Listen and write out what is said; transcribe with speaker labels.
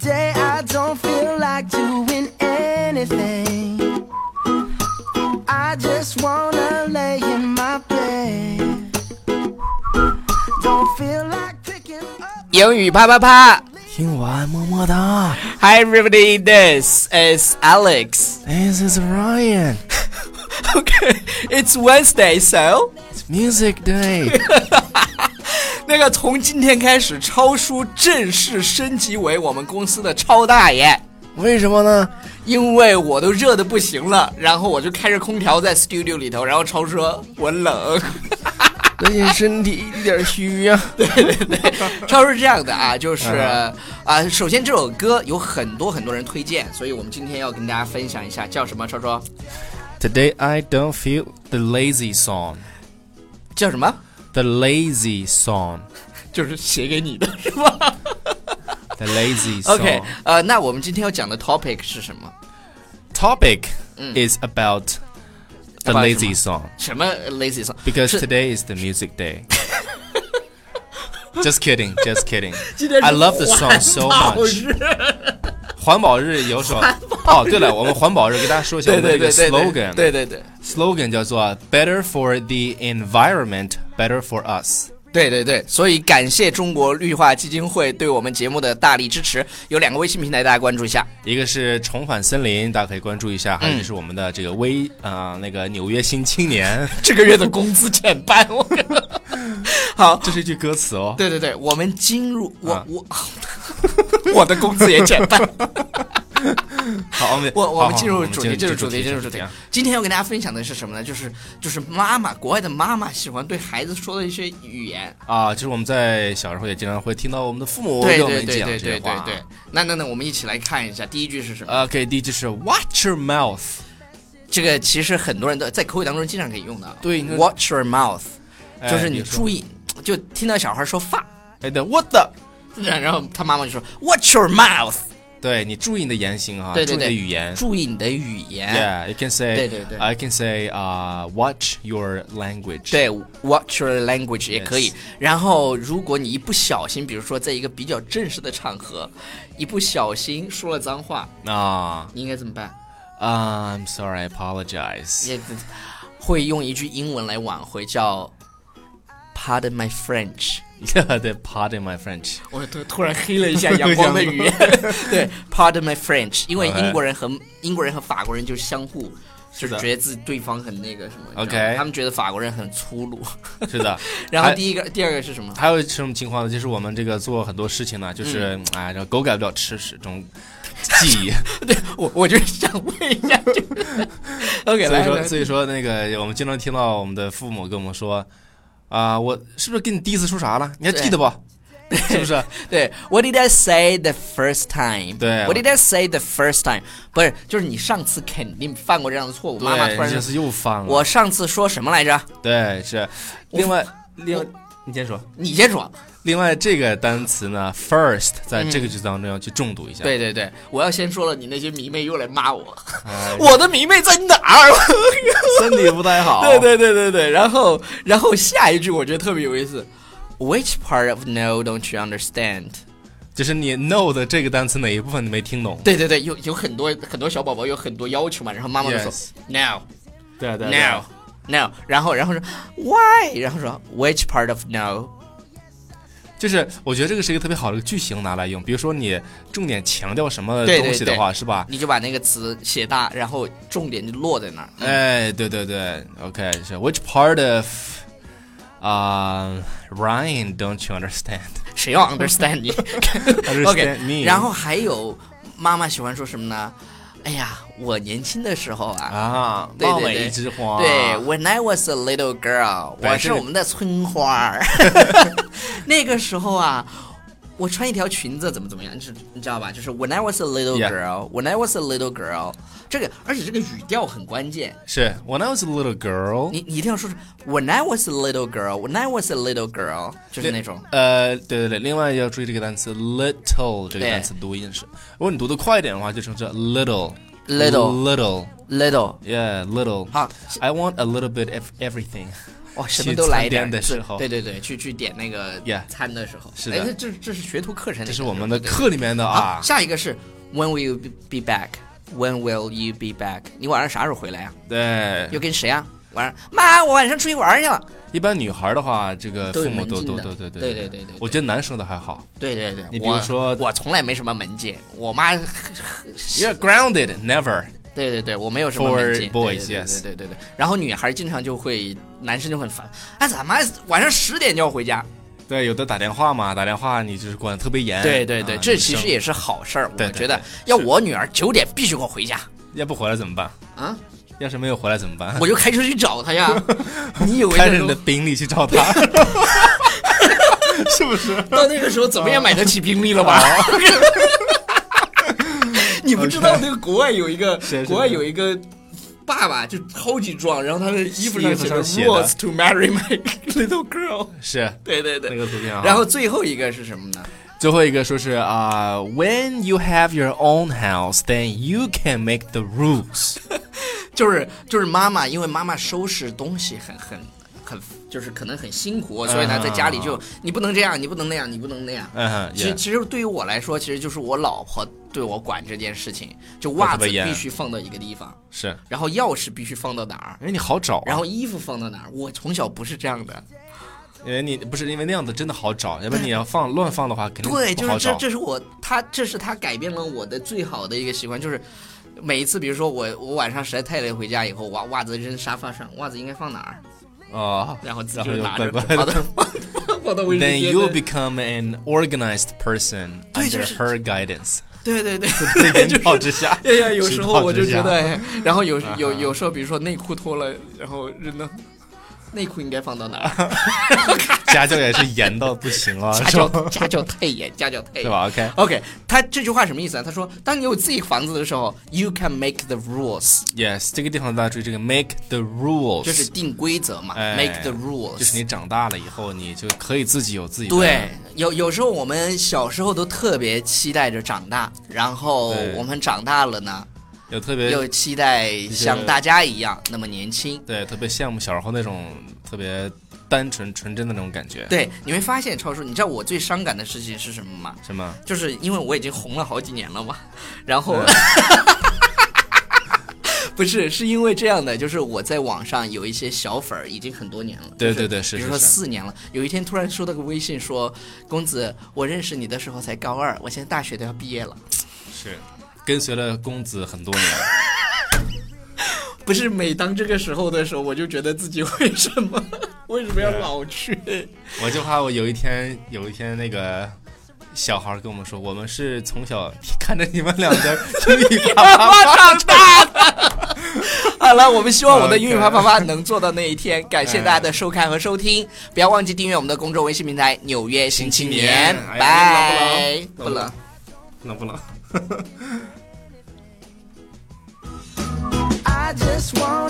Speaker 1: Today I don't feel like doing anything. I just wanna lay in my bed. Don't feel like picking up.
Speaker 2: 英语啪啪啪
Speaker 3: 听完么么哒
Speaker 2: ！Hi everybody, this is Alex.
Speaker 3: ，This is Ryan.
Speaker 2: Okay, it's Wednesday, so
Speaker 3: It's Music Day.
Speaker 2: 那个从今天开始，超叔正式升级为我们公司的超大爷，
Speaker 3: 为什么呢？
Speaker 2: 因为我都热的不行了，然后我就开着空调在 studio 里头，然后超叔说我冷。
Speaker 3: 最近身体有点虚呀、
Speaker 2: 超叔是这样的啊，就是啊、首先这首歌有很多很多人推荐，所以我们今天要跟大家分享一下，叫什么？超叔
Speaker 3: Today I don't feel the lazy song.
Speaker 2: 叫什么？
Speaker 3: The lazy song.
Speaker 2: 就是写给你的是吧
Speaker 3: The lazy song.
Speaker 2: ？OK，呃，那我们今天要讲的 topic 是什么？
Speaker 3: Topic is about the
Speaker 2: About
Speaker 3: lazy
Speaker 2: 什么
Speaker 3: song
Speaker 2: 什么 lazy song？
Speaker 3: because
Speaker 2: 是
Speaker 3: today is the music day. Just kidding, just kidding.
Speaker 2: 今天是
Speaker 3: I love the song so
Speaker 2: 环保
Speaker 3: much.
Speaker 2: 日
Speaker 3: 环保日有首哦，对了，我们环保日给大家说一下我
Speaker 2: 对
Speaker 3: 们
Speaker 2: 对
Speaker 3: 的一个
Speaker 2: 对对
Speaker 3: slogan。
Speaker 2: 对对对
Speaker 3: slogan 叫做 "Better for the environment, better for us"。
Speaker 2: 对对对，所以感谢中国绿化基金会对我们节目的大力支持，有两个微信平台大家关注一下。
Speaker 3: 一个是重返森林，大家可以关注一下；还有一个是我们的这个微啊、呃那个纽约新青年，
Speaker 2: 这个月的工资减半，我 好。
Speaker 3: 这是一句歌词哦。
Speaker 2: 对对对，我们进入我、
Speaker 3: 啊
Speaker 2: 我我 的工资也减 半。
Speaker 3: 好，我们
Speaker 2: 我我
Speaker 3: 好
Speaker 2: 们
Speaker 3: 好
Speaker 2: 进
Speaker 3: 我
Speaker 2: 入
Speaker 3: 们
Speaker 2: 主题，进入主题，进入主题。
Speaker 3: 啊
Speaker 2: 今天要跟大家分享的是什么呢？就是就是妈妈，国外的妈妈喜欢对孩子说的一些语言。
Speaker 3: 啊，就是我们在小时候也经常会听到我们的父母
Speaker 2: 对
Speaker 3: 给我
Speaker 2: 对
Speaker 3: 们
Speaker 2: 对
Speaker 3: 讲
Speaker 2: 对
Speaker 3: 这
Speaker 2: 对
Speaker 3: 些
Speaker 2: 对
Speaker 3: 话。
Speaker 2: 对。那那那，我们一起来看一下，第一句是什么？
Speaker 3: OK，第一句是 Watch your mouth。
Speaker 2: 呃这个其实很多人都在口语当中经常可以用到。
Speaker 3: 对你看
Speaker 2: ，watch your mouth，
Speaker 3: 哎
Speaker 2: 就是你
Speaker 3: 比如说
Speaker 2: 注意，就听到小孩说 fuck，
Speaker 3: 哎，对，What the？
Speaker 2: 然后他妈妈就说 watch your mouth，
Speaker 3: 对你注意你的言行啊，
Speaker 2: 对对
Speaker 3: 注意你的
Speaker 2: 对，
Speaker 3: 语言。
Speaker 2: 注意你的语言。
Speaker 3: Yeah, you can say.
Speaker 2: 对对对
Speaker 3: I can say. Uh, watch your language.
Speaker 2: 对，watch your language 也可以。
Speaker 3: Yes
Speaker 2: 然后，如果你一不小心，比如说在一个比较正式的场合，一不小心说了脏话，
Speaker 3: 啊、
Speaker 2: 你应该怎么办？
Speaker 3: i m sorry, I apologize.
Speaker 2: 也会用一句英文来挽回，叫 Pardon my French。
Speaker 3: Yeah, the pardon my French.
Speaker 2: 我突突然黑了一下阳光的语言， 对，Pardon my French，因为
Speaker 3: OK
Speaker 2: 英国人和 英国人和法国人就是相互，就是
Speaker 3: 的
Speaker 2: 觉得自己对方很那个什么
Speaker 3: OK
Speaker 2: 你知道吗他们觉得法国人很粗鲁。，
Speaker 3: 是的
Speaker 2: 然后
Speaker 3: 还
Speaker 2: 第一个、第二个是什么？
Speaker 3: 还有什么情况呢？就是我们这个做很多事情呢，就是
Speaker 2: 嗯
Speaker 3: 哎，这狗改不了吃屎这种记忆，
Speaker 2: 对 我我就是想问一下这个。OK，
Speaker 3: 所以
Speaker 2: 来，
Speaker 3: 说
Speaker 2: 来
Speaker 3: 所以说那个我们经常听到我们的父母跟我们说，啊，我是不是跟你第一次说啥了？你还记得不？ 是不是？
Speaker 2: 对，What did I say the first time？
Speaker 3: 对
Speaker 2: ，What did I say the first time？不是，就是你上次肯定犯过这样的错误，妈妈突
Speaker 3: 对，
Speaker 2: 然
Speaker 3: 这
Speaker 2: 说，
Speaker 3: 次又犯了。
Speaker 2: 我上次说什么来着？
Speaker 3: 对是，另外另外你先说。
Speaker 2: 你先说。
Speaker 3: 另外这个单词呢，first 在这个句子当中要去重读一下。
Speaker 2: 嗯对对对，我要先说了，你那些迷妹又来骂我，
Speaker 3: 哎
Speaker 2: 我的迷妹在哪儿？
Speaker 3: 身体不太 好
Speaker 2: 对对对对对，然后然后下一句我觉得特别有意思，Which part of no don't you understand？
Speaker 3: 就是你 know 的这个单词哪一部分你没听懂？
Speaker 2: 对对对，有有很多很多小宝宝有很多要求嘛，然后妈妈就说
Speaker 3: Yes
Speaker 2: No
Speaker 3: 对
Speaker 2: No No，然后然后说 Why？然后说 Which part of no？
Speaker 3: 就是我觉得这个是一个特别好的句型拿来用，比如说你重点强调什么
Speaker 2: 对对
Speaker 3: 东西的话，是吧？
Speaker 2: 你就把那个词写大，然后重点就落在那儿。
Speaker 3: 哎，对对对，OK，是 Which part of 啊、Ryan don't you understand？
Speaker 2: 谁要 understand 你
Speaker 3: Understand me
Speaker 2: 然后还有妈妈喜欢说什么呢？哎呀，我年轻的时候啊，
Speaker 3: 啊，
Speaker 2: 对
Speaker 3: 望
Speaker 2: 对
Speaker 3: 尾
Speaker 2: 对
Speaker 3: 一枝花，
Speaker 2: 对，When I was a little girl，
Speaker 3: 对
Speaker 2: 我
Speaker 3: 这
Speaker 2: 是
Speaker 3: 个
Speaker 2: 我们的村花儿。那个时候啊，我穿一条裙子怎么怎么样，就是你知道吧？就是 When I was a little
Speaker 3: Yeah.
Speaker 2: girl，When I was a little girl，这个而且这个语调很关键，
Speaker 3: 是 When I was a little girl，
Speaker 2: 你你一定要说是 When I was a little girl，When I was a little girl，就是那种。
Speaker 3: 呃，对对对，另外要注意这个单词 little 这个
Speaker 2: 对
Speaker 3: 单词读音是，如果你读的快一点的话，就成这 little
Speaker 2: Little
Speaker 3: little
Speaker 2: little
Speaker 3: yeah little。
Speaker 2: 好
Speaker 3: I want a little bit of everything。
Speaker 2: 哇，哦什么都来一点
Speaker 3: 去餐点的时候
Speaker 2: 对对对，去去点那个
Speaker 3: Yeah
Speaker 2: 餐的时候，
Speaker 3: 是的
Speaker 2: 哎，这这是学徒课程里面，
Speaker 3: 这是我们的
Speaker 2: 对
Speaker 3: 课里面的
Speaker 2: 好，
Speaker 3: 啊，
Speaker 2: 下一个是 When will you be back? When will you be back? 你晚上啥时候回来呀、啊
Speaker 3: 对，
Speaker 2: 又跟谁啊？晚上妈，我晚上出去玩去了。
Speaker 3: 一般女孩的话，这个
Speaker 2: 都
Speaker 3: 父
Speaker 2: 有
Speaker 3: 母
Speaker 2: 门
Speaker 3: 都
Speaker 2: 禁
Speaker 3: 都
Speaker 2: 的
Speaker 3: 都对
Speaker 2: 对
Speaker 3: 对
Speaker 2: 对对对
Speaker 3: 我觉得男生的还好，
Speaker 2: 对对对，
Speaker 3: 你比
Speaker 2: 我
Speaker 3: 如说
Speaker 2: 我从来没什么门禁，我妈，
Speaker 3: ，You're grounded never，
Speaker 2: 对对对，我没有什么门禁。
Speaker 3: For
Speaker 2: 对
Speaker 3: boys,
Speaker 2: 对
Speaker 3: yes.
Speaker 2: 对对对对。然后女孩经常就会，男生就很烦，哎，怎么晚上十点就要回家？
Speaker 3: 对，有的打电话嘛，打电话你就是管得特别严，
Speaker 2: 对对对，
Speaker 3: 啊
Speaker 2: 这
Speaker 3: 女
Speaker 2: 其实
Speaker 3: 生
Speaker 2: 也是好事儿，
Speaker 3: 对
Speaker 2: 我
Speaker 3: 对
Speaker 2: 觉得
Speaker 3: 对。
Speaker 2: 要
Speaker 3: 是
Speaker 2: 我女儿九点必须给我回家
Speaker 3: 要不回来怎么办？
Speaker 2: 啊，
Speaker 3: 要是没有回来怎么办？
Speaker 2: 我就开车去找她呀。 你以为
Speaker 3: 开
Speaker 2: 那
Speaker 3: 着
Speaker 2: 时
Speaker 3: 你
Speaker 2: 候
Speaker 3: 的宾利去找他， 是不是？
Speaker 2: 到那个时候怎么也买得起宾利了吧？
Speaker 3: 啊
Speaker 2: 你不知道那个国外有一个
Speaker 3: 是是
Speaker 2: 国外有一个爸爸就超级壮，然后他的衣服上
Speaker 3: 衣服上
Speaker 2: 写
Speaker 3: 写
Speaker 2: 着
Speaker 3: 的
Speaker 2: “Was to marry my little girl”，
Speaker 3: 是
Speaker 2: 对对
Speaker 3: 那
Speaker 2: 对。
Speaker 3: 个图片啊。
Speaker 2: 然后最后一个是什么呢？
Speaker 3: 最后一个说是啊、w h e n you have your own house, then you can make the rules。
Speaker 2: 就是就是妈妈，因为妈妈收拾东西很很很，就是可能很辛苦，所以呢，
Speaker 3: 嗯
Speaker 2: 在家里就你不能这样，你不能那样，你不能那样。
Speaker 3: 嗯哼
Speaker 2: 其实
Speaker 3: yeah
Speaker 2: 其实对于我来说，其实就是我老婆对我管这件事情，就袜子
Speaker 3: 特别严
Speaker 2: 必须放到一个地方，
Speaker 3: 是，
Speaker 2: 然后钥匙必须放到哪儿，
Speaker 3: 因为你好找、啊，
Speaker 2: 然后衣服放到哪儿。我从小不是这样的，
Speaker 3: 因为你不是因为那样子真的好找，要不然你要放乱放的话，肯定
Speaker 2: 对，就
Speaker 3: 不好
Speaker 2: 是这
Speaker 3: 找。
Speaker 2: 这是我他这是他改变了我的最好的一个习惯，就是每一次比如说我我晚上实在太累回家以后，袜袜子扔沙发上，袜子应该放哪儿，
Speaker 3: 啊、
Speaker 2: 然后自己
Speaker 3: 然后
Speaker 2: 就
Speaker 3: 就
Speaker 2: 拿着
Speaker 3: 乖乖
Speaker 2: 跑到跑到卫生
Speaker 3: Then
Speaker 2: 间
Speaker 3: you
Speaker 2: 的。
Speaker 3: become an organized person
Speaker 2: 对就是
Speaker 3: under her guidance。
Speaker 2: 对对对，
Speaker 3: 在
Speaker 2: 对
Speaker 3: 引
Speaker 2: 就是
Speaker 3: 导之下，
Speaker 2: 哎呀，有时候我就
Speaker 3: 指
Speaker 2: 觉
Speaker 3: 导
Speaker 2: 得，
Speaker 3: 之下啊
Speaker 2: 哎然后有有有时候，比如说内裤脱了，然后扔到内裤应该放到哪儿？
Speaker 3: 家教也是严到不行啊，
Speaker 2: 家
Speaker 3: 是吧？
Speaker 2: 教家教太严，家教太
Speaker 3: 对
Speaker 2: 严。
Speaker 3: 吧？OK，
Speaker 2: OK，他这句话什么意思啊？他说，当你有自己房子的时候，you can make the rules，
Speaker 3: Yes，这个地方大家注意，这个 make the rules，
Speaker 2: 就是定规则嘛、
Speaker 3: 哎
Speaker 2: m a k e the rules。
Speaker 3: 就是你长大了以后，你就可以自己有自己的
Speaker 2: 对，有有时候我们小时候都特别期待着长大，然后
Speaker 3: 对
Speaker 2: 我们长大了呢，
Speaker 3: 有特别
Speaker 2: 又期待像大家一样那么年轻。
Speaker 3: 对特别羡慕小时候那种特别单纯纯真的那种感觉，
Speaker 2: 对，你会发现超叔，你知道我最伤感的事情是什么吗？
Speaker 3: 什么？
Speaker 2: 就是因为我已经红了好几年了嘛，然后、 不是是因为这样的，就是我在网上有一些小粉儿已经很多年了，
Speaker 3: 对
Speaker 2: 就是
Speaker 3: 对对是
Speaker 2: 比如
Speaker 3: 是
Speaker 2: 说
Speaker 3: 是
Speaker 2: 四年了，有一天突然收到个微信说，公子，我认识你的时候才高二，我现在大学都要毕业了，
Speaker 3: 是跟随了公子很多年，
Speaker 2: 不是每当这个时候的时候，我就觉得自己为什么为什么要
Speaker 3: 对
Speaker 2: 老去？
Speaker 3: 我就怕我有一天有一天那个。小孩跟我们说，我们是从小 看着你们两 个噼里啪啦，
Speaker 2: 长大的。好了，我们希望我的英语啪啪啪能做到那一天。感谢大家的收看和收听，不要忘记订阅我们的公众微信平台《纽约新青年》。
Speaker 3: 哎呀
Speaker 2: 拜，
Speaker 3: 冷不冷冷不冷能不能？
Speaker 1: I just wanna